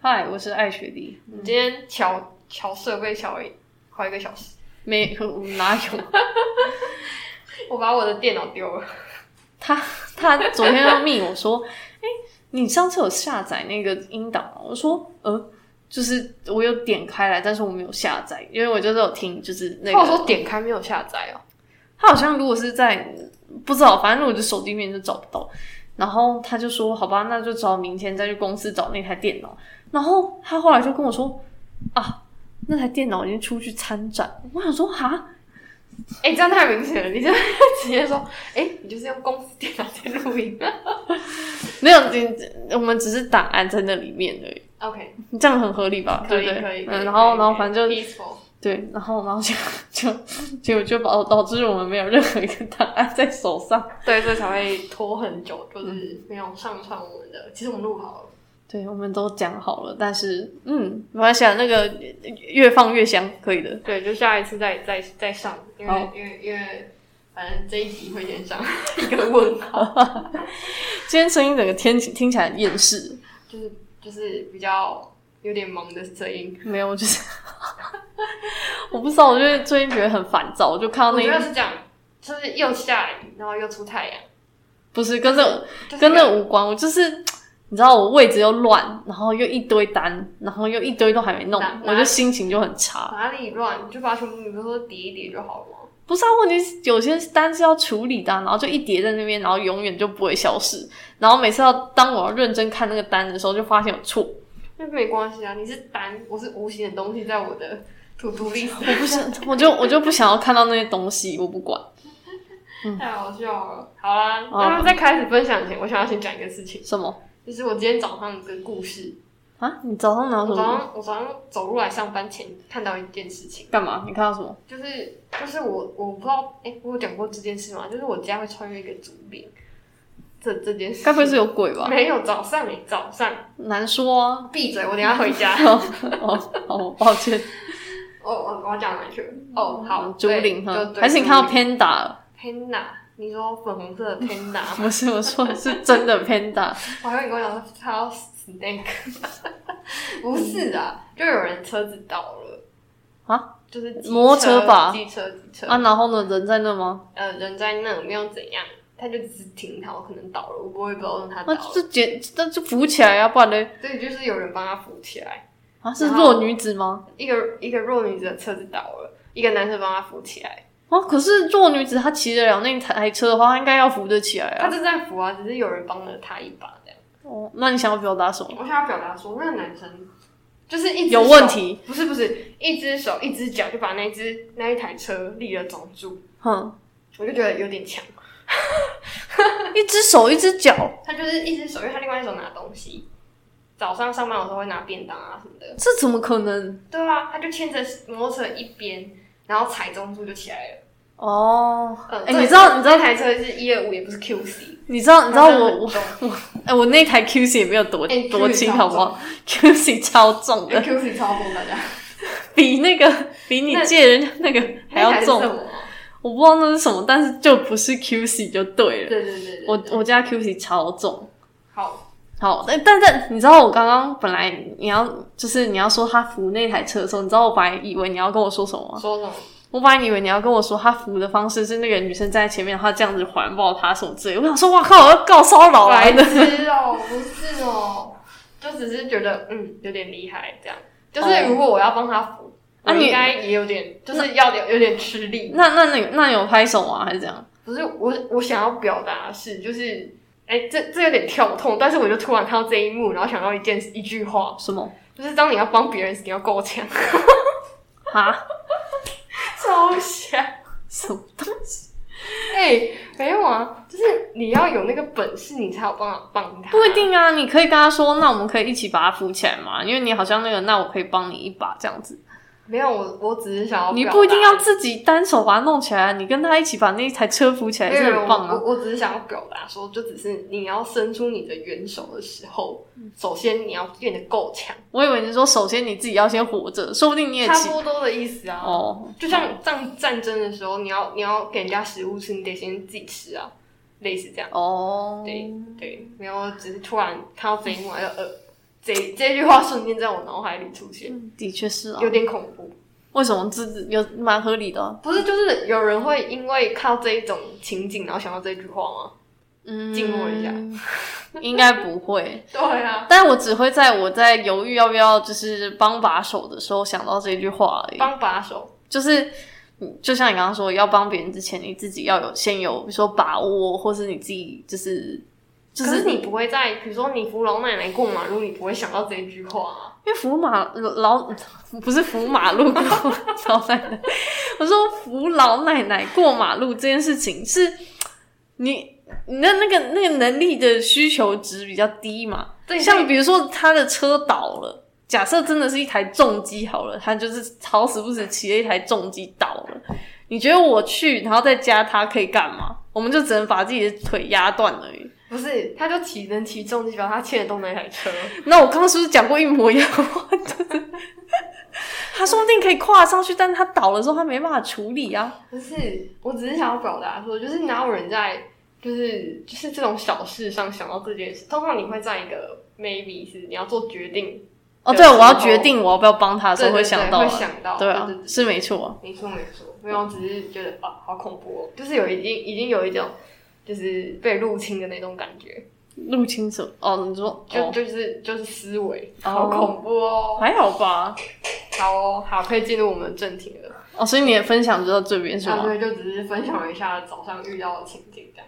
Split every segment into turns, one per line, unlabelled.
嗨，我是艾雪莉。
你今天调调设备调了快一个小时，
没，我哪有？
我把我的电脑丢了。
他他昨天要命我说，哎、你上次有下载那个音档吗？我说，呃，就是我有点开来，但是我没有下载，因为我就是有听，就是那
话
个
说点开没有下载哦，
他好像如果是在不知道，反正我的手机里面就找不到。然后他就说：“好吧，那就找明天再去公司找那台电脑。”然后他后来就跟我说：“啊，那台电脑已经出去参展。”我想说：“哈，
哎、这样太明显了，你就直接 说，哎、你就是用公司电脑在录音。
没有，你我们只是档案在那里面而已，
OK，
这样很合理吧？
可以
对不对
可以，可以
嗯，然后
可以
然后反正
可
就
以 peaceful，
对，然后然后就就结果就导导致我们没有任何一个档案在手上。
对，所以才会拖很久，就是没有上传我们的。其实我们录好了，
对，我们都讲好了，但是嗯，没关系啊，那个呃越放越香，可以的。
对，就下一次再再再上，因为
好
因为因为反正这一集会先上 一个问号，
今天声音整个听起听起来很厌世，
就是就是比较有点忙的声音。
没有，我就是 我不知道，我就是最近觉得很烦躁，我就看到
我
那
觉得
个
是这样，就是又下雨，然后又出太阳，
不是跟这
就是
跟那无关，我就是你知道我位置又乱，然后又一堆单，然后又一堆都还没弄
哪，哪
我就心情就很差。
哪里乱，你就把全部你不是说叠一叠就好了吗？
不是啊，问题是有些单是要处理的啊、然后就一叠在那边，然后永远就不会消失。然后每次要当我要认真看那个单的时候，就发现有错。
那没关系啊，你是单，我是无形的东西在我的 to do list，
我不想，我就我就不想要看到那些东西，我不管。
太好笑了。好啦，
哦
那在开始分享前，我想要先讲一个事情，
什么
就是我今天早上的故事。
啊？你早上拿什
我早
么？
上我早上走路来上班前看到一件事情，
干嘛？你看到什么？
就是就是我我不知道，哎、我有讲过这件事吗？就是我家会穿越一个竹林，这这件事
该不会是有鬼吧？
没有早上诶，早上。
难说啊。
闭嘴！我等一下回家。
哦哦哦，抱歉。
哦，我我要讲哪去了？哦，好，
竹
对
林
就
嗯哈，
对
还是你看到 panda？了
panda？你说粉红色的 panda，
不是，我说的是真的 panda。
我还以为你跟我讲说看到 snake，不是啊，就有人车子倒了
啊，
就是机
摩托车吧
机车机车，
啊，然后呢？人在那吗？
呃，人在那没有怎样，他就只是停好，可能倒了，我不会不知道他倒了，
那啊就捡，那就扶起来啊，不然嘞？
所以就是有人帮他扶起来，
啊，是弱女子吗？
一个一个弱女子的车子倒了，一个男生帮他扶起来，
啊，可是弱女子她骑得了那台车的话，她应该要扶得起来
他
啊。
正在扶啊，只是有人帮了他一把这样。
哦，那你想要表达什么？
我想要表达说，那个男生就是一只
有
手
问，题。
不是不是，一只手一只脚就把那只那一台车立了总住，
哼，
我就觉得有点强。
一只手一只脚，
他就是一只手，因为他另外一手拿东西。早上上班的时候会拿便当啊什么的，
这怎么可能？
对啊，他就牵着摩托车一边，然后踩中柱就起来了。
哦，
嗯，
哎你知道你知道
这台车是一二五，也不是 QC，
你知道你知道我我
我
哎、我那台 QC 也没有多
哎
多
QC
轻，
超
好不好？QC 超重的，
QC 超重大家，
比哎 那个比你
那
借人家那个
那台
还要
是
重
什。么？
我不知道那是什么，但是就不是 QC 就
对
对了。
对对对，对
我我家 QC 超重。
好，
好，但但但你知道我刚刚本来你要就是你要说他扶那台车的时候，你知道我本来以为你要跟我说什么吗？
说什么？
我本来以为你要跟我说，他扶的方式是那个女生站在前面，然后这样子环抱他什么之类的。我想说，哇靠，我要告骚扰
白
来的。
痴哦、不是哦、就只是觉得嗯有点厉害这样。就是
哦
如果我要帮他扶，
那
我
你
应该也有点，就是要有有点吃力。
那那那那有拍手吗？还是怎样？
不是我我想要表达的是，就是哎、这这有点跳痛，但是我就突然看到这一幕，然后想到一件一句话，
什么
就是当你要帮别人时，你要够强，
啊？
超强。
什么东西？
哎、没有啊，就是你要有那个本事，你才有办法帮他。
不一定啊，你可以跟他说，那我们可以一起把他扶起来嘛，因为你好像那个，那我可以帮你一把这样子。
没有，我我只是想要
你
表
不一定
达
要自己单手把它弄起来，你跟他一起把那台车扶起来
没
是
有，
很棒啊。
我我只是想要表达说，就只是你要伸出你的援手的时候，
嗯
首先你要变得够强，
我以为你说，首先你自己要先活着，说不定你也
差
骑
不多的意思啊。
哦。
就像战战争的时候，你要你要给人家食物吃，你得先自己吃啊，类似这样。
哦，
对对，没有，我只是突然看到这一幕，就呃，这这句话瞬间在我脑海里出现，
嗯的确是啊
有。点恐怖。
为什么这有蛮合理的啊？
不是，就是有人会因为看到这一种情景，然后想到这句话吗？
嗯，
静默一下，
应该不会。
对啊，
但我只会在我在犹豫要不要就是帮把手的时候想到这句话而已。
帮把手，
就是嗯就像你刚刚说，要帮别人之前，你自己要有先有，比如说把握，或是你自己就是就
可
是
是你不会在，比如说你扶老奶奶过马路，你不会想到这一句话啊。
因为扶马老不是扶马路过老奶奶， 我说扶老奶奶过马路这件事情是你。你的那个那个能力的需求值比较低嘛？
对
像比如说他的车倒了，假设真的是一台重机好了，他就是好死不死骑了一台重机倒了。你觉得我去，然后再加他可以干嘛？我们就只能把自己的腿压断而已。
不是，他就骑能骑重机，表示他欠得动那台车。
那我刚刚是不是讲过一模一样的话？ 就是他说不定可以跨上去，但是他倒的时候他没办法处理啊。
不是，我只是想要表达说，就是哪有人在，就是就是这种小事上想到这件事，通常你会在一个 maybe 是你要做决定，
哦，
有
对，
时候
我要决定我要不要帮他的时
对
候
对对
想到啊
会，想到，
对啊
对对，
是没错啊。
没错没错，没有，只是觉得啊，好恐怖哦，就是有已经已经有一种就是被入侵的那种感觉，
入侵者哦，你说
就、
哦，
就是就是思维，
哦
好恐怖哦。
还好吧？
好哦，好，可以进入我们的正题了。
哦，所以你的分享就到这边是
啊，
吗？
对，就只是分享了一下早上遇到的情景，这样。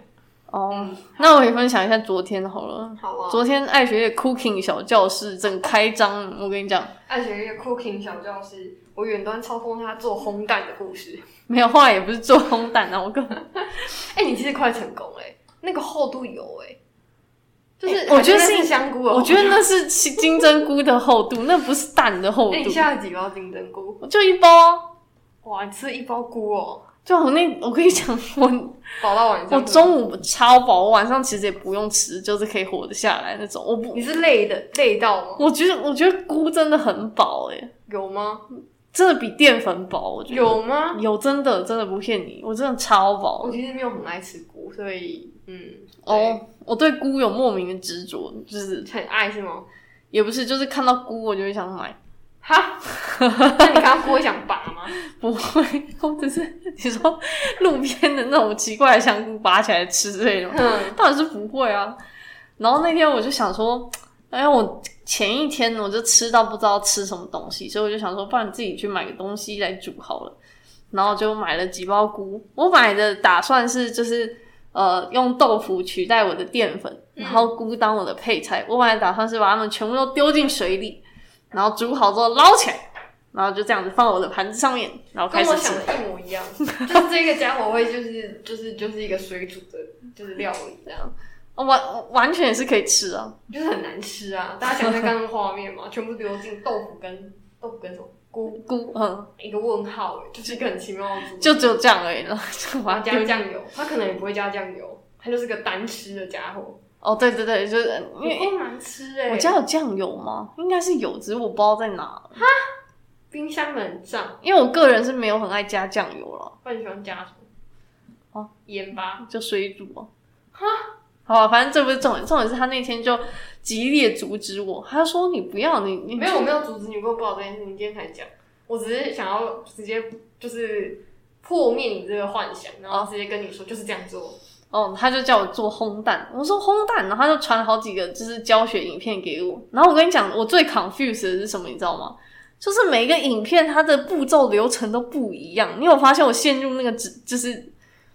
哦，
嗯
那我也分享一下昨天好了。
好啊。
昨天爱学业 Cooking 小教室正开张，我跟你讲，
爱学院 Cooking 小教室，我远端操控他做烘蛋的故事。
没有话也不是做烘蛋啊，我根本
哎、你其实快成功嘞、哎那个厚度有哎、就是、
哎我觉得
还
是
真的是香菇哦、
我觉得那是金针菇的厚度，那不是蛋的厚
哎、你
度，
下了几包金针菇？哦
就一包啊。
哇，你吃了一包菇哦、
就我那，我跟你讲， 我
饱到晚上。
我中午超饱，我晚上其实也不用吃，就是可以活得下来那种。我不
你，是累的累到吗？
我觉得我觉得菇真的很饱诶、
有吗？
真的比淀粉饱。我觉得
有吗？
有真的真的不骗你，我真的超饱
我其实没有很爱吃菇，所以嗯，
哦。我对菇有莫名的执着，就是
对，很爱是吗？
也不是，就是看到菇我就会想买，
哈， 那你看到菇会想拔 吗？
不会，我只是你说路边的那种奇怪的香菇拔起来吃之类的吗，
嗯，
当然是不会啊。然后那天我就想说，哎，我前一天我就吃到不知道吃什么东西，所以我就想说，不然自己去买个东西来煮好了。然后就买了几包菇，我买的打算是就是呃用豆腐取代我的淀粉，
嗯
然后菇当我的配菜。我本来打算是把它们全部都丢进水里，然后煮好之后捞起来，然后就这样子放我的盘子上面，然后
跟
哦开
我
始吃
想。的一模一样， 就是这个家伙会就是就是就是一个水煮的，就是料理这样，
哦完完全也是可以吃啊，
就是很难吃啊！大家想象刚刚的画面嘛，全部丢进豆腐跟豆腐跟什么菇，
菇嗯
一个问号欸，就是一个很奇妙的组合，
就只有这样而已，然后就把
然
它
后
丢
加
进
酱油，他可能也不会加酱油，他就是个单吃的家伙，
哦，对对对，就是
嗯
因为、
不难吃哎、
我家有酱油吗？应该是有，只是我不知道在哪。
冰箱冷胀，
因为我个人是没有很爱加酱油了，
不然你喜欢加什么？
哦，
盐巴，
就水煮啊。好啊，反正这不是重点，重点是他那天就极力地阻止我，他说你不要你你
没有，我没有阻止你，我不知道这件事，你今天才讲。我只是想要直接就是破灭你这个幻想，然后直接跟你说就是这样做。
哦，他就叫我做烘蛋，我说烘蛋，然后他就传了好几个就是教学影片给我。然后我跟你讲，我最 confused 的是什么，你知道吗？就是每一个影片它的步骤流程都不一样。你有发现我陷入那个只就是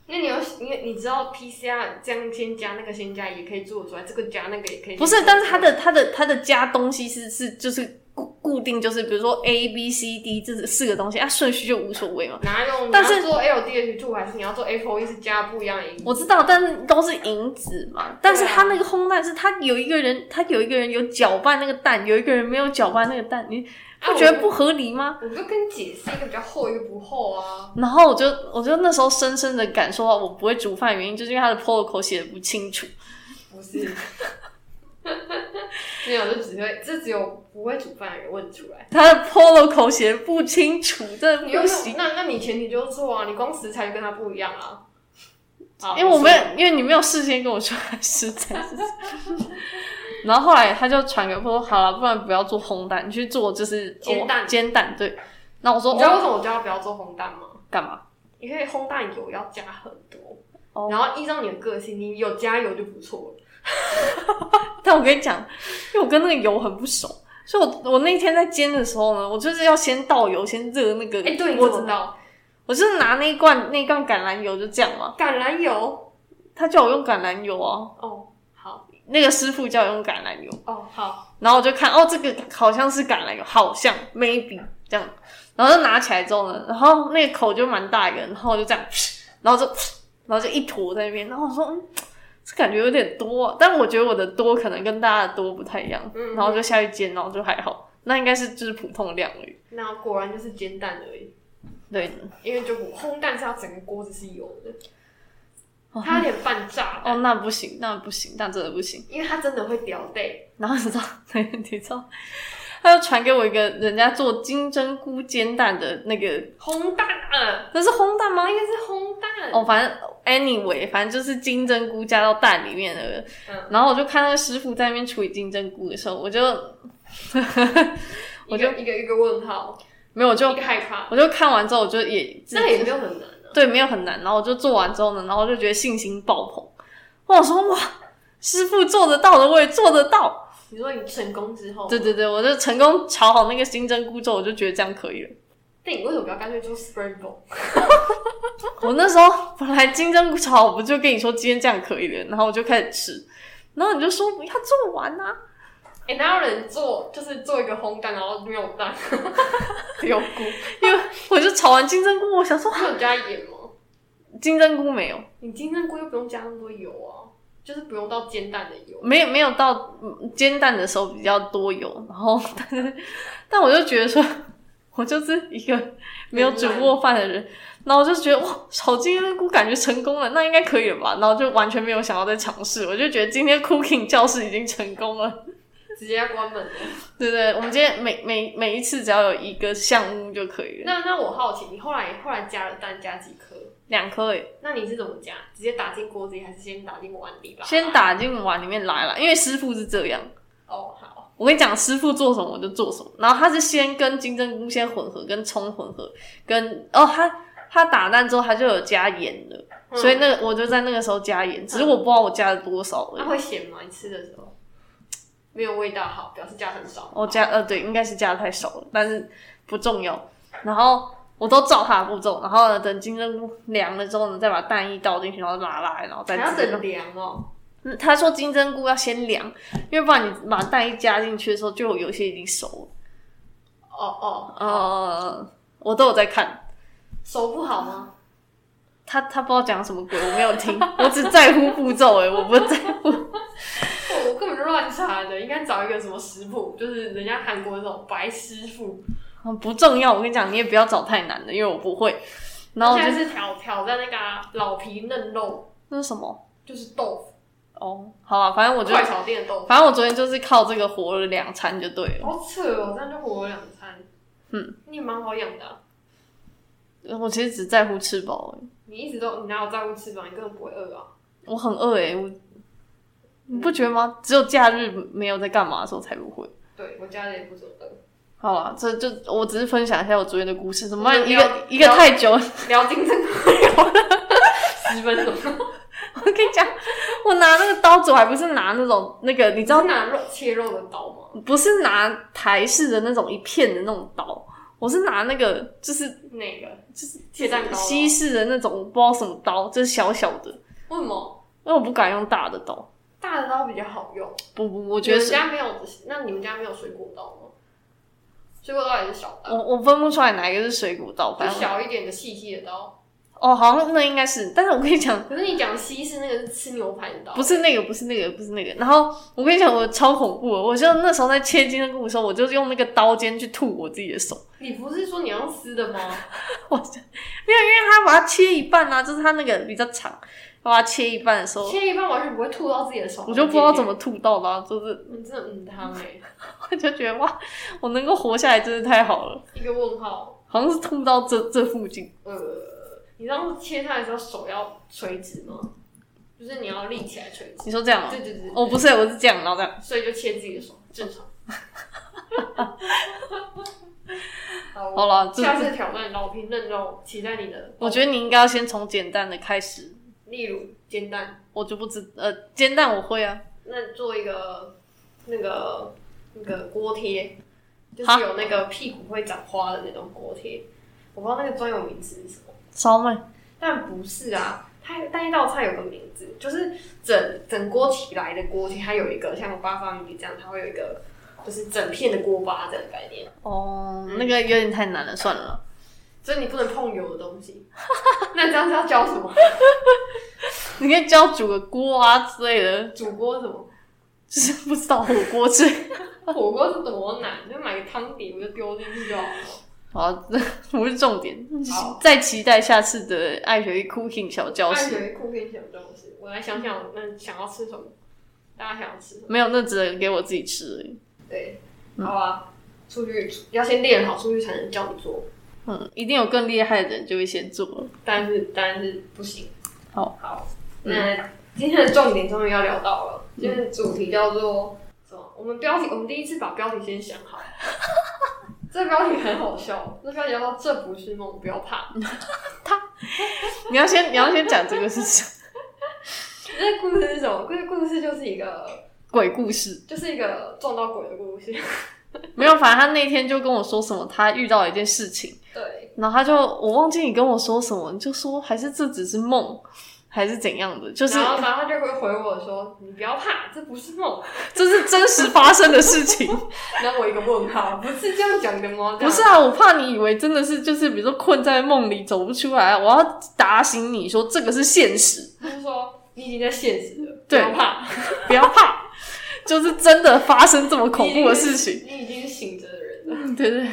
那你有你你知道 PCR 这样先加那个先加也可以做出来，这个加那个也可以。
不是，但是它的它的它的加东西是是就是固固定，就是比如说 A B C D 这四个东西，啊顺序就无所谓嘛。
哪用？
但是
你要做 LDH two 还是你要做 FOE 是加不一样的因
我知道，但是都是银子嘛。但是
对啊
它那个烘蛋是它有一个人，它有一个人有搅拌那个蛋，有一个人没有搅拌那个蛋，你
啊
不觉得不合理吗？
我就跟你解释一个比较厚一个不厚啊。
然后我就我就那时候深深的感受到我不会煮饭的原因，就是因为它的 protocol 写的不清楚。
不是， 没有，就只会这只有不会煮饭的人问出来。
它的 protocol 写的不清楚，这
你有没
不行
有？。那那你前提就是错啊，你光食材就跟它不一样啊。好
因为我
没
没有，因为你没有事先跟我说它食材是什么。 然后后来他就传给我说，好了，不然不要做烘蛋，你去做就是
煎蛋
煎蛋对。那我说
你知道为
哦
什么我叫他不要做烘蛋吗？
干嘛？
因为烘蛋油要加很多，
哦
然后依照你的个性，你有加油就不错了。
但我跟你讲，因为我跟那个油很不熟，所以我我那天在煎的时候呢，我就是要先倒油，先热那个
哎、对，你
锅
怎
子
么，到？
我就是拿那一罐那一罐橄榄油就这样嘛。
橄榄油？
他叫我用橄榄油啊，
哦，好，
那个师傅叫我用橄榄油，
哦，好，
然后我就看哦，这个好像是橄榄油，好像 maybe 这样，然后就拿起来之后呢，然后那个口就蛮大一个，然后我就这样，然后就然后就一坨在那边，然后我说嗯，这感觉有点多啊、但我觉得我的多可能跟大家的多不太一样，
嗯
然后就下去煎，然后就还好，那应该是就是普通的量而已。
那果然就是煎蛋而已，
对，
因为就不烘蛋是要整个锅子是油的，它有点半炸
哦，
的，
那不行，那不行，那真的不行。
因为它真的会掉蛋。
然后你知道，对，你知道，他就传给我一个人家做金针菇煎蛋的那个，
烘蛋啊，
那是烘蛋吗？
应该是烘蛋。
哦，反正 anyway，反正就是金针菇加到蛋里面的。
嗯，
然后我就看那个师傅在那边处理金针菇的时候，我就
我就一个一个问号，
没有，我就
一个害怕，
我就看完之后，我就也自己
那也没有很难啊。
对，没有很难。然后我就做完之后呢，然后就觉得信心爆棚。哇我说哇，师傅做得到的，我也做得到。
你说你成功之后，
对对对，我就成功炒好那个金针菇之后，我就觉得这样可以了。
那你为什么不要干脆做 spring roll？
我那时候本来金针菇炒，我不就跟你说今天这样可以了，然后我就开始吃，然后你就说要做完啊，
哎、哪有人做就是做一个烘蛋，然后没有 蛋，
有菇，因为我就炒完金针菇，我想说
没有加盐吗？
金针菇没有，
你金针菇又不用加那么多油啊，就是不用到煎蛋的油。
没有没有到嗯煎蛋的时候比较多油，然后但是但我就觉得说，我就是一个没有煮过饭的人，然后我就觉得哇，炒金针菇感觉成功了，那应该可以了吧？然后就完全没有想要再尝试，我就觉得今天 cooking 教室已经成功了。
直接要关门 了。
对对，我们今天每每每一次只要有一个项目就可以了，
那那我好奇，你后来后来加了蛋加几颗？
两颗诶，
那你是怎么加？直接打进锅子里，还是先打进碗里吧？
先。打进碗里面来了，因为师傅是这样。
哦，好。
我跟你讲，师傅做什么我就做什么。然后他是先跟金针菇先混合，跟葱混合，跟哦他他打蛋之后他就有加盐了，
嗯
所以那个我就在那个时候加盐，只是我不知道我加了多少而
那
已。
会咸吗？你吃的时候没有味道，好，表示加很少。
我加呃对，应该是加的太少了，但是不重要。然后我都照他的步骤，然后呢等金针菇凉了之后呢，再把蛋液倒进去，然后拉拉，然后再
还要
直接
等凉哦。
嗯他说金针菇要先凉，因为不然你把蛋一加进去的时候，就有些已经熟了。
哦哦，
呃，我都有在看
手不好吗？
他，他不知道讲什么鬼，我没有听，我只在乎步骤哎、我不在乎。
哦我我根本就乱查的，应该找一个什么食谱，就是人家韩国那种白师傅，
不重要，我跟你讲，你也不要找太难的，因为我不会。然后我
现
就
在是挑挑战那个啊老皮嫩肉，
那是什么？
就是豆腐，
哦，好啊，反正我就，
快炒店的豆腐，
反正我昨天就是靠这个活了两餐就对了。
好扯哦，这样就活了两餐。
嗯，
你也蛮好养的啊、
我其实只在乎吃饱、欸，
你一直都你哪有在乎吃饱，你根本不会饿啊。
我很饿哎、我你不觉得吗？只有假日没有在干嘛的时候才不会。
对我家人也不怎么饿，
好了，这就我只是分享一下我昨天的故事，怎么
我
办？
们
一
聊
个一个
聊
太久，
聊金针菇聊了十分钟，
我跟你讲，我拿那个刀子，我还不是拿那种那个，你
你
知道，
拿肉切肉的刀吗？
不是拿台式的那种一片的那种刀，我是拿那个就是
哪个？就是切蛋糕吗。
西式的那种，我不知道什么刀，就是小小的，
为什么
因为我不敢用大的刀。
大的刀比较好用？
不不，我觉得
你们
是，
家没有，那你们家没有水果刀吗？水果刀也是小刀，啊
我我分不出来哪一个是水果刀，
就
反正
小一点的细细的刀。
哦，好像那应该是，但是我跟你讲，
可是你讲西式那个是吃牛排的刀，
不是那个，不是那个，不是那个。然后我跟你讲，我超恐怖的，我就那时候在切金针菇的时候，我就用那个刀尖去吐我自己的手。
你不是说你要撕的吗？
我想没有，因为他把它切一半啊，就是他那个比较长，把它切一半的时候，
切一半完全不会吐到自己的手，
哦我就不知道怎
么，
么吐到的、啊，就是
你真的嗯汤哎，
我 就觉得哇，我能够活下来真是太好了，
一个问号。
好像是吐到这这附近，
呃，你知道切菜的时候手要垂直吗？就是你要立起来垂直。
你说这样吗？
对对对，
哦，不是，哦我是这样，然后这样。
所以就切自己的手，正常。好
好了这
下次挑战老平嫩肉，期待你的。
我觉得你应该要先从简单的开始，
例如煎蛋，
我就不知呃，煎蛋我会啊，
那做一个那个那个锅贴，就
好
是有那个屁股会长花的那种锅贴，我不知道那个专有名词是什么，
烧麦
但不是啊。它但一道菜有个名字，就是整整锅起来的锅贴，它有一个像八方鱼这样，它会有一个就是整片的锅巴这样的概念。
哦，
嗯
那个有点太难了，算了啦。
所以你不能碰油的东西。那这样是要教什么？
你可以教煮个锅啊之类的，
煮锅什么？
就是不 知道火锅之类。
火锅是多难，就买个汤底我就丢进去就好了。
好，这 不是重点
好，
再期待下次的爱学艺 cooking 小教
爱
室。
学酷片小东西，我来想想，那想要吃什么？大家想要吃什么？
没有，那只能给我自己吃而已。
对，好啊，出去要先练好，出去才能教你做。
嗯，一定有更厉害的人就会先做了。
但是但是不行。
好，
好，那今天的重点终于要聊到了，今天的主题叫做什么？我们标题，我们第一次把标题先想好。这标题很好笑，这标题叫做“这不是梦，不要怕
你要先，你要先讲这个是 什么”。
这故事是什么？故故事就是一个，
鬼故事？
就是一个撞到鬼的故事。
没有，反正他那天就跟我说什么，他遇到了一件事情，
对，
然后他就我忘记你跟我说什么，你就说还是这只是梦，还是怎样的，就是
然后然后他就会回我说：“你不要怕，这不是梦。
这是真实发生的事 情。”
啊然后我一个问号，不是这样讲的吗？
不是啊，我怕你以为真的是就是，比如说困在梦里走不出来，我要打醒你说这个是现实，
这样，他就说你已经在现实了，不
对
要怕。
不要怕，就是真的发生这么 恐怖的事情。
你已经是醒着的人了，
对对，对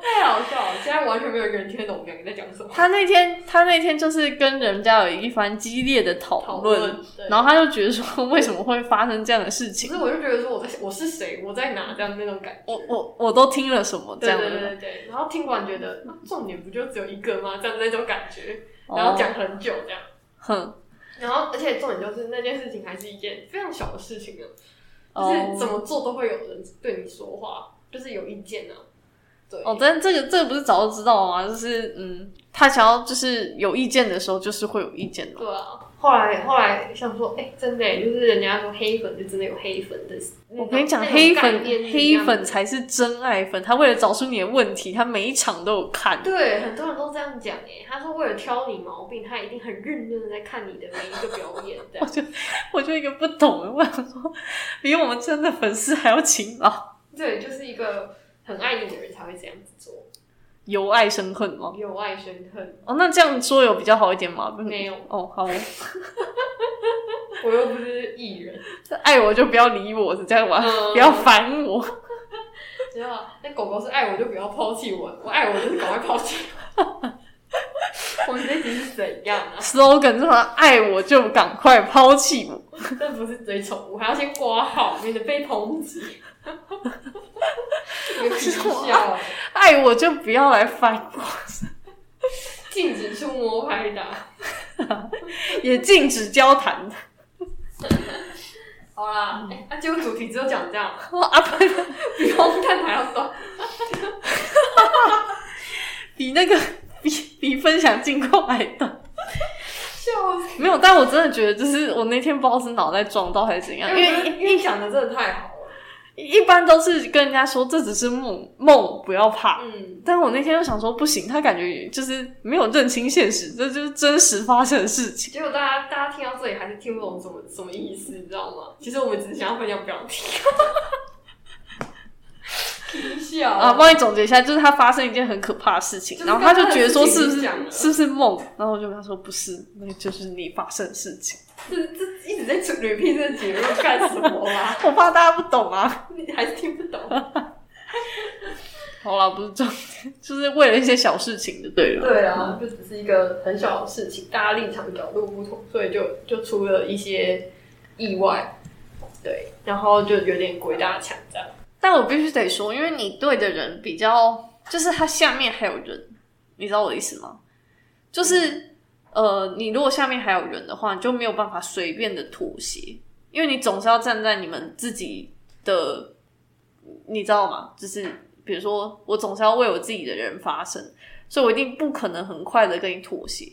太好笑了！现在完全没有一个人听得懂我们两个在讲什么。
他那天他那天就是跟人家有一番激烈的讨
讨
论，
论，对。
然后他就觉得说 为什么会发生这样的事
其
情，
实我就觉得说我在我是谁，我在哪这样那种感觉。
我我我都听了什么这
对
样
对
的，
对对对，然后听完觉得、啊、重点不就只有一个吗？这样那种感觉，
哦
然后讲很久这样，
哼，
然后而且重点就是那件事情还是一件非常小的事情啊，就是怎
哦
么做都会有人对你说话，就是有意见啊。对，
哦，但这个这个不是早就知道吗？就是嗯，他想要就是有意见的时候，就是会有意见的。
对啊。后来后来想说，哎、真的耶，就是人家说黑粉就真的有黑粉的那种，
我跟你讲，
那种
黑
概
粉
念是一
黑
样的
粉才是真爱粉，他为了找出你的问题，他每一场都有看。
对，很多人都这样讲哎，他说为了挑你毛病，他一定很认真的在看你的每一个表演，这样
我就一个不懂的，我想说，比我们真的粉丝还要勤劳，
对，就是一个很爱你的人才会这样子做，
由爱生恨吗？
有爱生恨，
哦，那这样说有比较好一点吗？
没有，
哦，好，
我又不是艺人，
爱我就不要理我，是这样吗？
嗯
啊不要烦我，
知道吗？那狗狗是爱我就不要抛弃我，我爱我就是赶快抛弃 我。我们这集是怎样啊？
slogan 是什么？爱我就赶快抛弃我。
这不是追宠物，还要先挂号，免得被抨 击。你个皮笑，
爱我就不要来烦我，
禁止触摸拍打。
也禁止交谈。
好啦，哎、那、结果主题只有讲这样，
啊，不
比烘蛋还要酸。
比那个比比分享进购还短。
笑死！
没有，但我真的觉得，就是我那天不知道是脑袋撞到还是怎样，因为
因为讲的真的太好了。
一般都是跟人家说这只是梦，梦不要怕。
嗯，
但我那天就想说，不行，他感觉就是没有认清现实，这就是真实发生的事情。
结果大家大家听到这里还是听不懂什么什么意思，你知道吗？其实我们只是想要分享标 题。皮笑
啊，！帮你总结一下，就是他发生一件很可怕的事情，
就是
然后他就觉得说
刚刚的事
是
情
不是
讲了
是不是梦，然后我就跟他说不是，那就是你发生的事情。
这这一直在 repeat 这个结论干什么啦？
我怕大家不懂啊。
你还是听不懂。
好啦，不是重点，就是为了一些小事情就对了。
对啊，就只是一个很小的事情，大家立场角度不同，所以就就出了一些意外。对，然后就有点鬼打墙这样。
但我必须得说，因为你对的人比较，就是他下面还有人，你知道我的意思吗？就是呃，你如果下面还有人的话，你就没有办法随便的妥协，因为你总是要站在你们自己的，你知道吗？就是比如说，我总是要为我自己的人发声，所以我一定不可能很快的跟你妥协，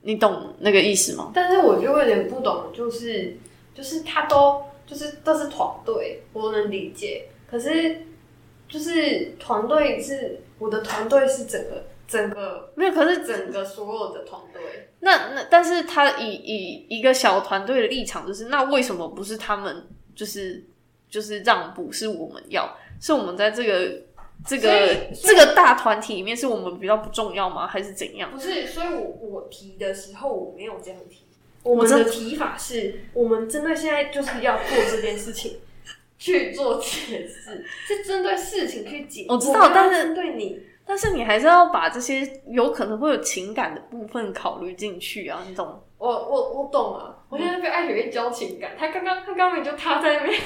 你懂那个意思吗？
但是我就有点不懂，就是就是他都就是都是团队，我能理解。可是就是团队是我的团队是整个整个
没有，可是
整个所有的团队，
那那，但是他以以一个小团队的立场，就是那为什么不是他们就是就是让步，是我们要，是我们在这个这个
所
这
以
个大团体里面，是我们比较不重要吗？还是怎样？
不是。所以我我提的时候我没有这样提，我们
真
的提法是我们针对现在就是要做这件事情。去做解释，是针对事情去解。
我知道
没有
但是
针对你，
但是你还是要把这些有可能会有情感的部分考虑进去啊，你懂吗？
我我我懂了，我现在被艾雪燕教情感。她刚刚她刚刚就她在那边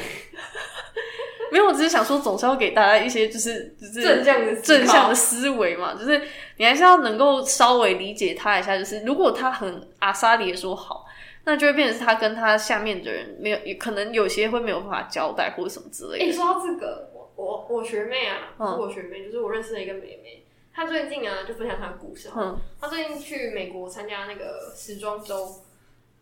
没有，我只是想说，总是要给大家一些就是就是
正向的思考
正向的思维嘛，就是你还是要能够稍微理解他一下。就是如果他很阿萨里的说好，那就会变成是他跟他下面的人没有，也可能有些会没有办法交代或者什么之
哎、
类的。
说到这个，我我我学妹啊，不
嗯
是我学妹，就是我认识的一个妹妹，她最近啊就分享她的故事。
嗯，
她最近去美国参加那个时装周，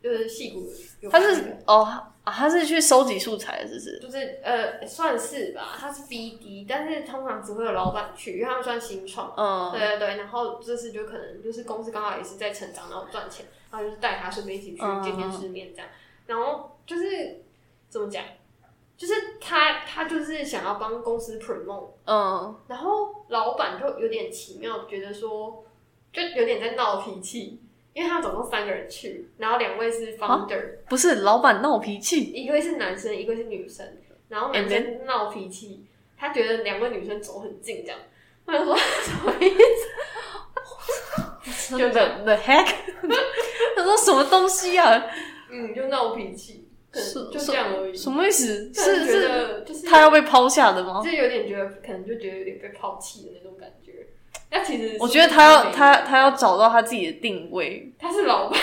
就是戏骨有
他
办那个，
是哦啊，他是去收集素材的，是不是？
就是呃算是吧，她是 BD，但是通常只会有老板去，因为他们算新创。对
嗯
对对，然后这次就可能就是公司刚好也是在成长，然后赚钱，然后就是带他顺便一起去
嗯
见见世面这样。然后就是怎么讲，就是他他就是想要帮公司 promote，
嗯，
然后老板就有点奇妙，觉得说就有点在闹脾气，因为他总共三个人去，然后两位是
啊
founder，、
不是老板闹脾气，
一位是男生，一位是女生，然后男
And
生闹脾气，他觉得两位女生走很近这样，我想说 什么意思
就 the the heck，他说什么东西啊？
嗯，就闹脾气，可
是
能就这样而已。
什么意思？
但
是
觉
是，
得就是
他要被抛下的吗
就？有点觉得，可能就觉得有点被抛弃的那种感觉。那其实是
我觉得他要他他要找到他自己的定位，
他是老板。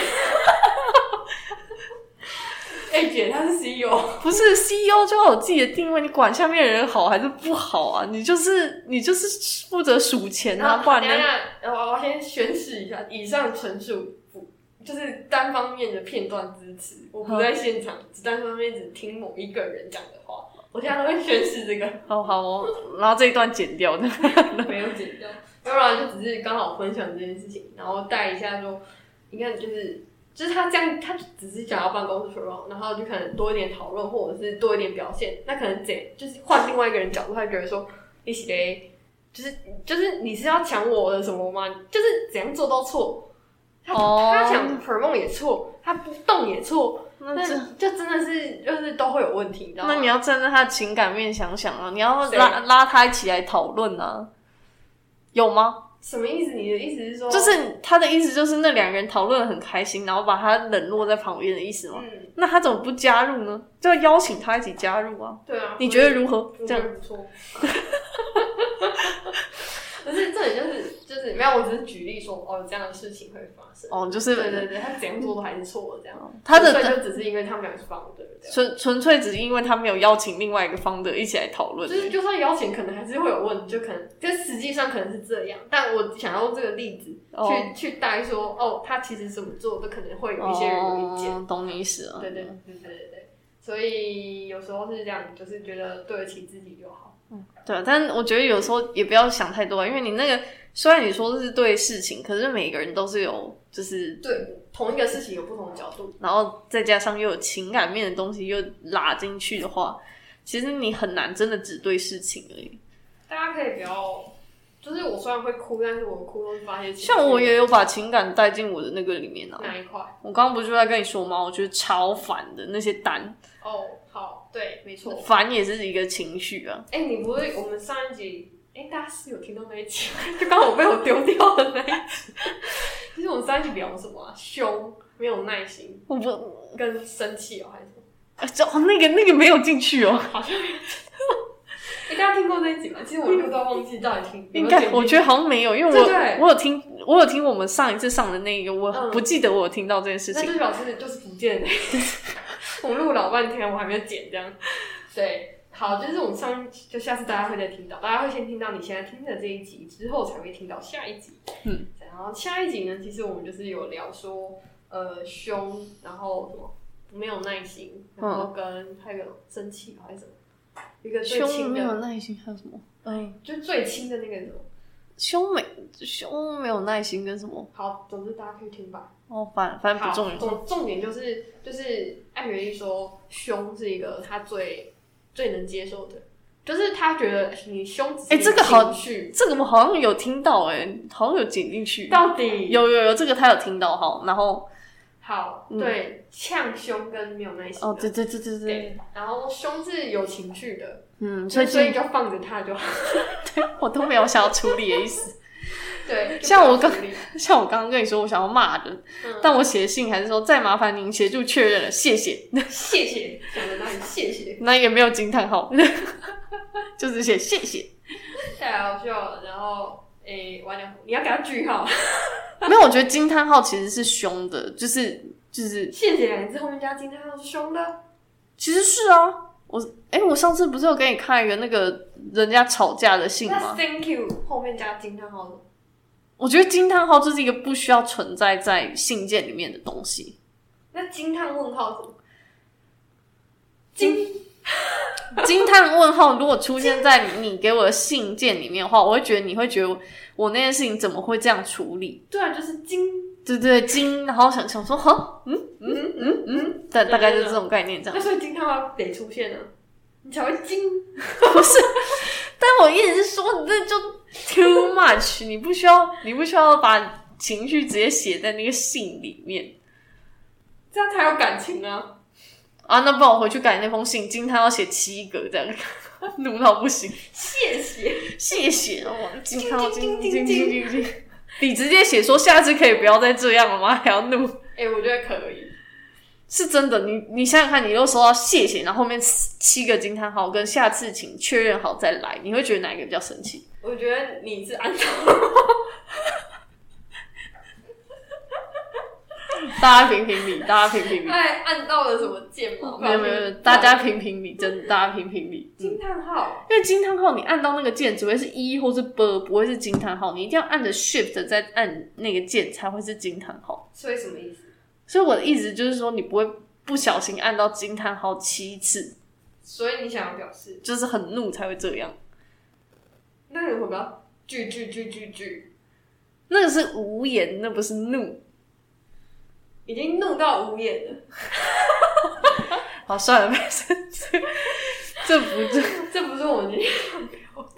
哎、姐，他是 CEO，
不是 CEO 就要有自己的定位，你管下面的人好还是不好啊？你就是你就是负责数钱啊，不然
等一
呢？
下，呃我我先宣誓一下，以上纯属不就是单方面的片段支持，我不在现场，只单方面只听某一个人讲的话。我现在都会宣誓这个，
好好哦，然后这一段剪掉的。
没有剪掉，要不然就只是刚好分享这件事情，然后带一下说，你看就是就是他这样，他只是想要办公室 p r 然后就可能多一点讨论，或者是多一点表现，那可能怎就是换另外一个人角度，他觉得说一起嘞，就是就是你是要抢我的什么吗？就是怎样做都错，他、
哦
他想 p r o 也错，他不动也错，
那
那
这
就真的是就是都会有问题，你知道吗？
那你要站在他的情感面想想啊，你要
谁
拉拉他一起来讨论啊，有吗？
什么意思？你的意思是说
就是他的意思就是那两个人讨论的很开心，然后把他冷落在旁边的意思吗？
嗯，
那他怎么不加入呢？就要邀请他一起加入啊？
对啊，
你觉得如何？
我
这
觉
样
得不错。可是这里就是就是没有，我只是举例说哦，这样的事情会发生。
哦，就
对
是哦
对对，他怎样做都还是错的这样。
他的
纯粹就只是因为他们俩是 founder 这样，
纯纯粹只是因为他没有邀请另外一个方的一起来讨论
就。是就算邀请，可能还是会有问题，就可能但实际上可能是这样。但我想要用这个例子去、
哦
去带说哦，他其实怎么做都可能会有一些人有意见。
哦嗯懂你意思了。
对对对对对对，所以有时候是这样，就是觉得对得起自己就好。
对，但我觉得有时候也不要想太多，因为你那个虽然你说是对事情，可是每个人都是有就是，
对，同一个事情有不同的角度。
然后再加上又有情感面的东西又拉进去的话，其实你很难真的只对事情而已。
大家可以不要，就是我虽然会哭，但是我哭都是发泄情绪。
像我也有把情感带进我的那个里面啊，
哪一块？
我刚刚不是就在跟你说吗？我觉得超烦的那些单，
哦，好，对，没错。
烦也是一个情绪啊。
哎、你不是我们上一集，哎、大家是有听到那一集吗， 就刚好被我丢掉的那一集。 就是我们上一集聊什么、啊？凶，没有耐心，
我不，
跟生气哦，还是什么？
啊这哦那个那个没有进去哦。
哎、大家家听过那一集吗？其实我录到忘记到底听。
应该我觉得好像没有，因为
对
我
对
我有听，我有听我们上一次上的那个，我
嗯
不记得我有听到这件事
那
情。
就是表示就是不见的。我录老半天，我还没有剪这样。对，好，就是我们上就下次大家会再听到，大家会先听到你现在听的这一集，之后才会听到下一集。
嗯，
然后下一集呢，其实我们就是有聊说，呃，凶，然后什么没有耐心，然后
嗯
跟还有一个生气吧还是什么，一个最
胸
轻
没有
的，
耐心，还有什么？嗯，
就最轻的那个什么。
胸没胸没有耐心跟什么？
好，总之大家可以听吧。
哦，反反正
好，
不重要。
重重点就是就是艾雪莉说，凶是一个他最最能接受的，就是他觉得你凶只是
哎这个好
情绪
这个我好像有听到、哎，好像有剪进去。
到底
有有有，这个他有听到哈。然后
好、
嗯
对呛凶跟没有耐心的
哦，对对对对对，
对，然后凶是有情绪的，
嗯，
所
所以
以所以就放着他就好。
我都没有想要处理的意思。
对，就
像我
不要
刚
处理
像我刚刚跟你说，我想要骂人，
嗯
但我写信还是说再麻烦您协助确认了，谢谢。
谢谢，想得到你谢 谢，
那也没有惊叹 号，就只写谢谢。
太好笑了。然后诶，完了，你要给他句号，
没有，我觉得惊叹号其实是凶的，就是就是，
谢谢两个字后面加惊叹号是凶的，
其实是啊。我哎、我上次不是有给你看一个那个人家吵架的信
那
吗？
thank you 后面加惊叹号是
我觉得惊叹号这是一个不需要存在在信件里面的东西。
那惊叹问号怎么？惊
惊叹问号如果出现在你给我的信件里面的话，我会觉得你会觉得我那件事情怎么会这样处理？
对啊，就是惊。
对对，惊，然后想想说，哈，嗯嗯嗯嗯，大大概就是这种概念这样
那。所以惊叹号得出现啊，你才会惊。
但我意思是说，你这就 too much，你不需要，你不需要把情绪直接写在那个信里面
这样才有感情啊！
啊。那不然我回去改那封信，惊叹要写七个这样， 怒到不行。
谢谢。
谢谢哦，惊叹号惊
叮叮
惊
叮
惊惊惊，你直接写说下次可以不要再这样了吗？还要怒？
哎、我觉得可以。
是真的，你你想想看，你又收到谢谢，然后后面七七个惊叹号跟下次请确认好再来，你会觉得哪一个比较生气？
我觉得你是按照
大家评评理，大家评评理，
哎按到了什么键吗？
没有没有，没有大家评评理，真的大家评评理。嗯，
惊叹号。
因为惊叹号你按到那个键只会是一或是 b，不会是惊叹号，你一定要按着 shift 再按那个键才会是惊叹号。
所以什么意思？
所以我的意思就是说，你不会不小心按到惊叹号七次，
所以你想要表示，
就是很怒才会这样。
那你会不要句句句句句，
那个是无言，那不是怒。
已经弄到无言了，
好，算了，没事， 这这不对。
这不是我们今天 要聊的。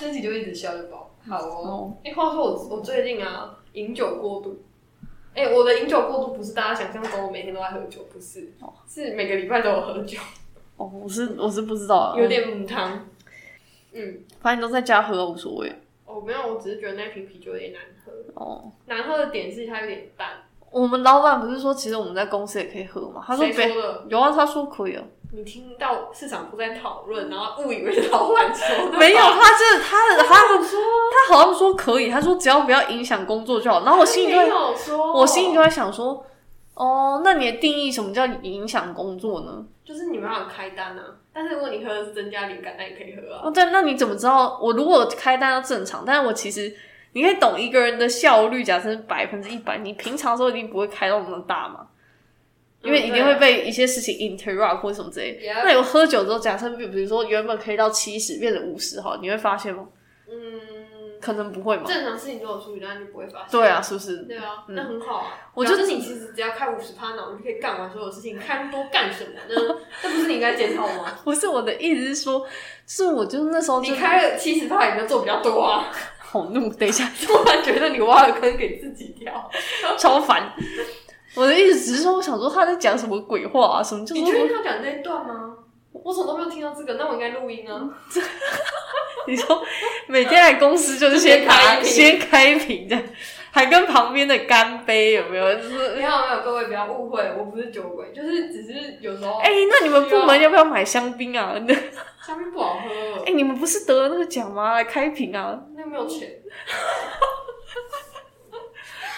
那你就一直笑就饱。好哦。
哦，
哎、话说我我最近啊，饮酒过度。哎、我的饮酒过度不是大家想象中我每天都在喝酒，不是，是每个礼拜都有喝酒，
哦，我是我是不知道啊，
有点母汤。嗯，
反正你都在家喝无所谓。
哦，没有，我只是觉得那瓶啤酒有点难喝。
哦，
难喝的点是它有点淡。
我们老板不是说，其实我们在公司也可以喝嘛？他说
谁
别
说的？
有啊，他说 可以啊，
你听到市场部在讨论，然后误以为是老板说的。
没有，，啊他是他他他好像说可以，他说只要不要影响工作就好。然后我心里就
没
会，
有说，
我心里就在想说，哦，那你的定义什么叫影响工作呢？
就是你们要开单啊。但是如果你喝的是增加灵感，那也可以喝啊。
哦，对，那你怎么知道我如果开单要正常，但是我其实你可以懂一个人的效率，假设是百分之一百，你平常的时候一定不会开到那么大嘛，因为一定会被一些事情 interrupt 或什么之类的。
Yeah
那有喝酒之后，假设比比如说原本可以到七十，变成五十，哈，你会发现吗？
嗯，
可能不会嘛。
正常事情都有处理，那就不会发生。
对啊，是不是？
对啊，那很好啊。
我就
表示你其实只要开五十趴脑，你就可以干完所有事情，看多干什么 呢？这不是你应该检讨吗？
不是我的意思是说，是我就是那时候就
你开了七十趴，也没有做比较多 啊。
好怒，等一下
突然觉得你挖了坑给自己跳，
超烦。我的意思只是说，我想说他在讲什么鬼话啊？什么就是
你确定他讲那一段吗？我怎么都没有听到这个，那我应该录音啊。
你说每天来公司就是先
就先开
拿
一瓶
先开一瓶的，还跟旁边的干杯有没有？就是
没有没有，各位不要误会，我不是酒鬼，就是只是有时候
哎、那你们部门要不要买香槟啊？
香槟不好喝
哎、，你们不是得了那个奖吗？来开瓶啊！
那没有钱，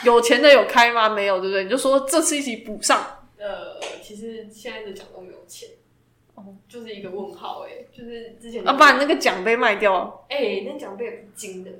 有钱的有开吗？没有，对不对？你就说这次一起补上。
呃，其实现在的奖都没有钱，
哦，
就是一个问号哎、就是之前
啊，把你那个奖杯卖掉啊，
哎、那奖杯也不精的，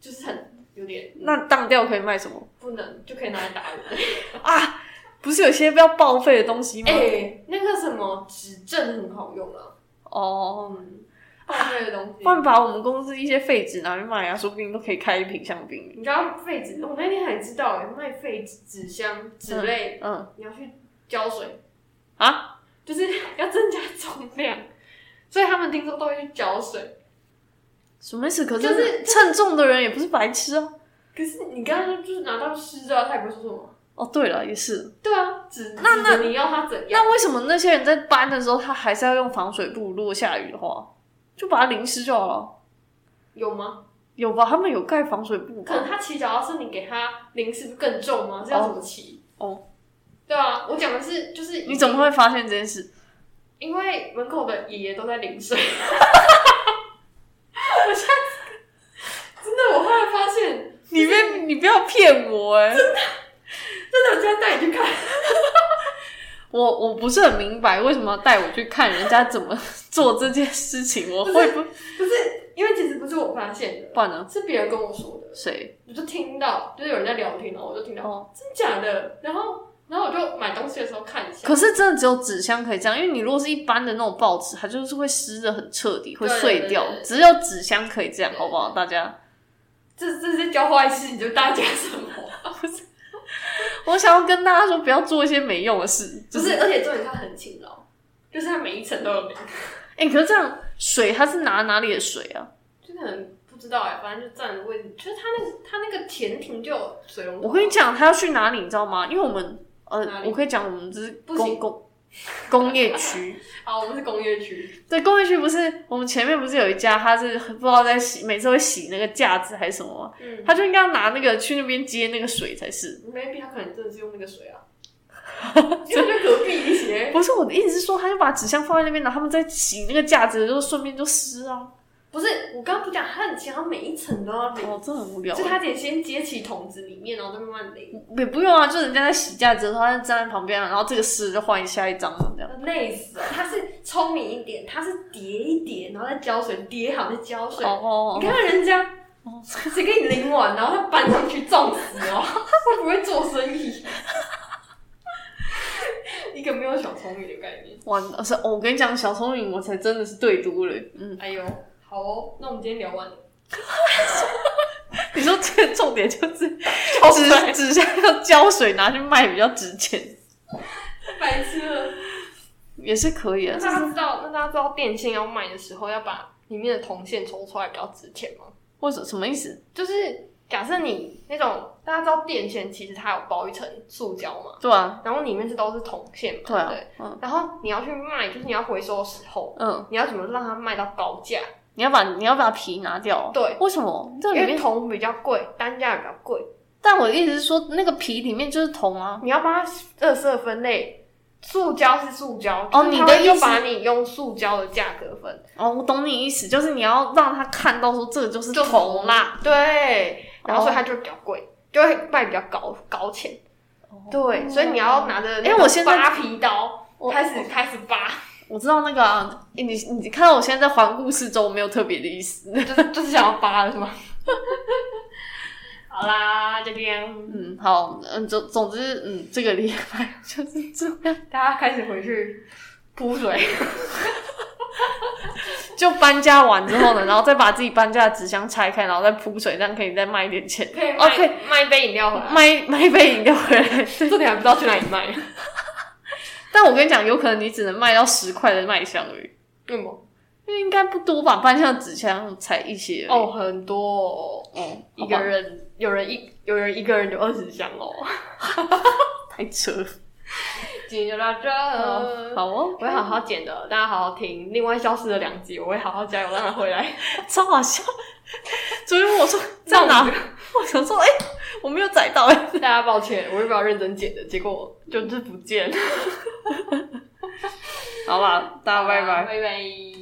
就是很有点
那当掉可以卖什么
不能就可以拿来打我。
啊？不是有些要报废的东西吗？
哎、那个什么指正很好用啊，
哦，
嗯，报废的东
不然
西。
把我们公司一些废纸拿去卖啊，说不定都可以开一瓶香槟。
你知道废纸，我那天还知道哎、卖废纸、纸箱、纸类，
嗯
你要去浇水，
啊，
就是要增加重量，所以他们听说都会去浇水。
什么意思？可
就是
称重的人也不是白痴啊。
可是你刚刚就是拿到湿的啊，他也不会说什么。
哦，对了，也是。
对啊，纸
那那
纸你要它怎样？
那为什么那些人在搬的时候，他还是要用防水布？如果下雨的话，就把它淋湿就好了。
有吗？
有吧？他们有盖防水布
可
吧？
能他骑脚踏车，你给他淋是不是更重吗？这要怎么骑？
哦，
对啊，我讲的是就是
你怎么会发现这件事？
因为门口的爷爷都在淋 水。我现在真的，我后来发现，
你别你不要骗我哎、
真的，我今天带你去看，
我我不是很明白为什么要带我去看人家怎么 做这件事情，我会不
不是因为其实不是我发现的，
不然呢？
是别人跟我说的，
谁？
我就听到，就是有人在聊天，然后我就听到，
哦
真假的，然后然后我就买东西的时候看一下，
可是真的只有纸箱可以这样，因为你如果是一般的那种报纸，它就是会湿的很彻底，会
对
碎
对
掉
对。对
只有纸箱可以这样，好不好？大家。
这这些教坏事，你就大家什么？
我想要跟大家说，不要做一些没用的事。
不
就是，
是，而且重点它很勤劳，就是它每一层都有淋，
哎、可是这样水它是拿哪里的水啊？
就可能不知道哎、反正就站的位置，就是它那个它那个田亭就有水龙头，
我跟你讲，它要去哪里，你知道吗？因为我们
哪
呃，
里
我可以讲我们这是
不行
工工工业区。
好，啊我们是工业区，
对，工业区不是我们前面不是有一家，他是不知道在洗，每次会洗那个架子还是什么吗？
嗯，
他就应该要拿那个去那边接那个水才是。
maybe 他可能真的是用那个水 啊，因为就隔壁一些，
不是我的意思是说，他就把纸箱放在那边，然后他们在洗那个架子的时候，顺便就湿啊。
不是我刚刚不讲，他很强，他每一层都要淋，
哦，真的很无聊
就。他得先接起桶子里面，然后再慢慢淋，
也不用啊，就人家在洗架子的时候，他就站在旁边啊，然后这个湿就换下一张了这样。
累死了。他是聪明一点，他是叠一叠，然后再浇水，叠好再浇水。
哦
你看看人家。谁给你淋完，然后他搬上去撞死哦？会不会做生意？ 一个没有小聪明的概念。
完了是、哦我跟你讲，小聪明我才真的是对多了。嗯，
哎呦，好哦，那我们今天聊完了。
你说这个重点就是 纸纸箱要胶水拿去卖比较值钱，
白痴了。
也是可以
那
啊。
大家知道，那大家知道电线要卖的时候要把里面的铜线抽出来比较值钱吗？
或者什么意思？
就是假设你那种大家知道电线其实它有包一层塑胶嘛，
对啊，
然后里面是都是铜线嘛，
对啊
对，
嗯
然后你要去卖，就是你要回收的时候，
嗯，
你要怎么让它卖到高价？
你要把你要把皮拿掉啊、
对
为什么？这
因
里
为
面，
铜比较贵，单价比较贵，
但我的意思是说，那个皮里面就是铜啊。
你要把它二色分类。塑胶是塑胶，就
哦
是
你
它
的
会
意
就
思
把你用塑胶的价格分，
哦，我懂你意思，就是你要让他看到说这个就是铜啦。
啦，对，然后所以
哦
它就比较贵，就会卖比较高高钱。哦对，所以你要拿着那
哎
个
我现在
扒皮刀
我
开始开始扒，
我知道那个啊，诶你你看到我现在在环顾四周，没有特别的意思。
就是就是想要扒了是吗？ 好啦，就这样，
嗯，好，嗯，总总之，嗯，这个礼拜 就是这样，
大家开始回去铺水。
就搬家完之后呢，然后再把自己搬家的纸箱拆开，然后再铺水，这样可以再卖一点钱，
可以
哦
卖
可以
卖一杯饮料回来，
卖卖一杯饮料回来。
这点还不知道去哪里卖。
但我跟你讲，有可能你只能卖到十块的麦香鱼，
为什么？
因为应该不多吧，搬家的纸箱才一些而已。
哦，很多哦，
哦，
一
一
个
个人
人有人一有人一个人就二十箱哦。
太扯了。
今天就到这，
好哦，
呃我会好好剪的，大家好好听。另外消失的两集，我会好好加油让它 回来。
超好笑。昨天我说在哪？我想说，哎、我没有载到哎、
大家抱歉，我是不要认真剪的，结果就是不见了。
好吧，大家拜拜。
拜拜。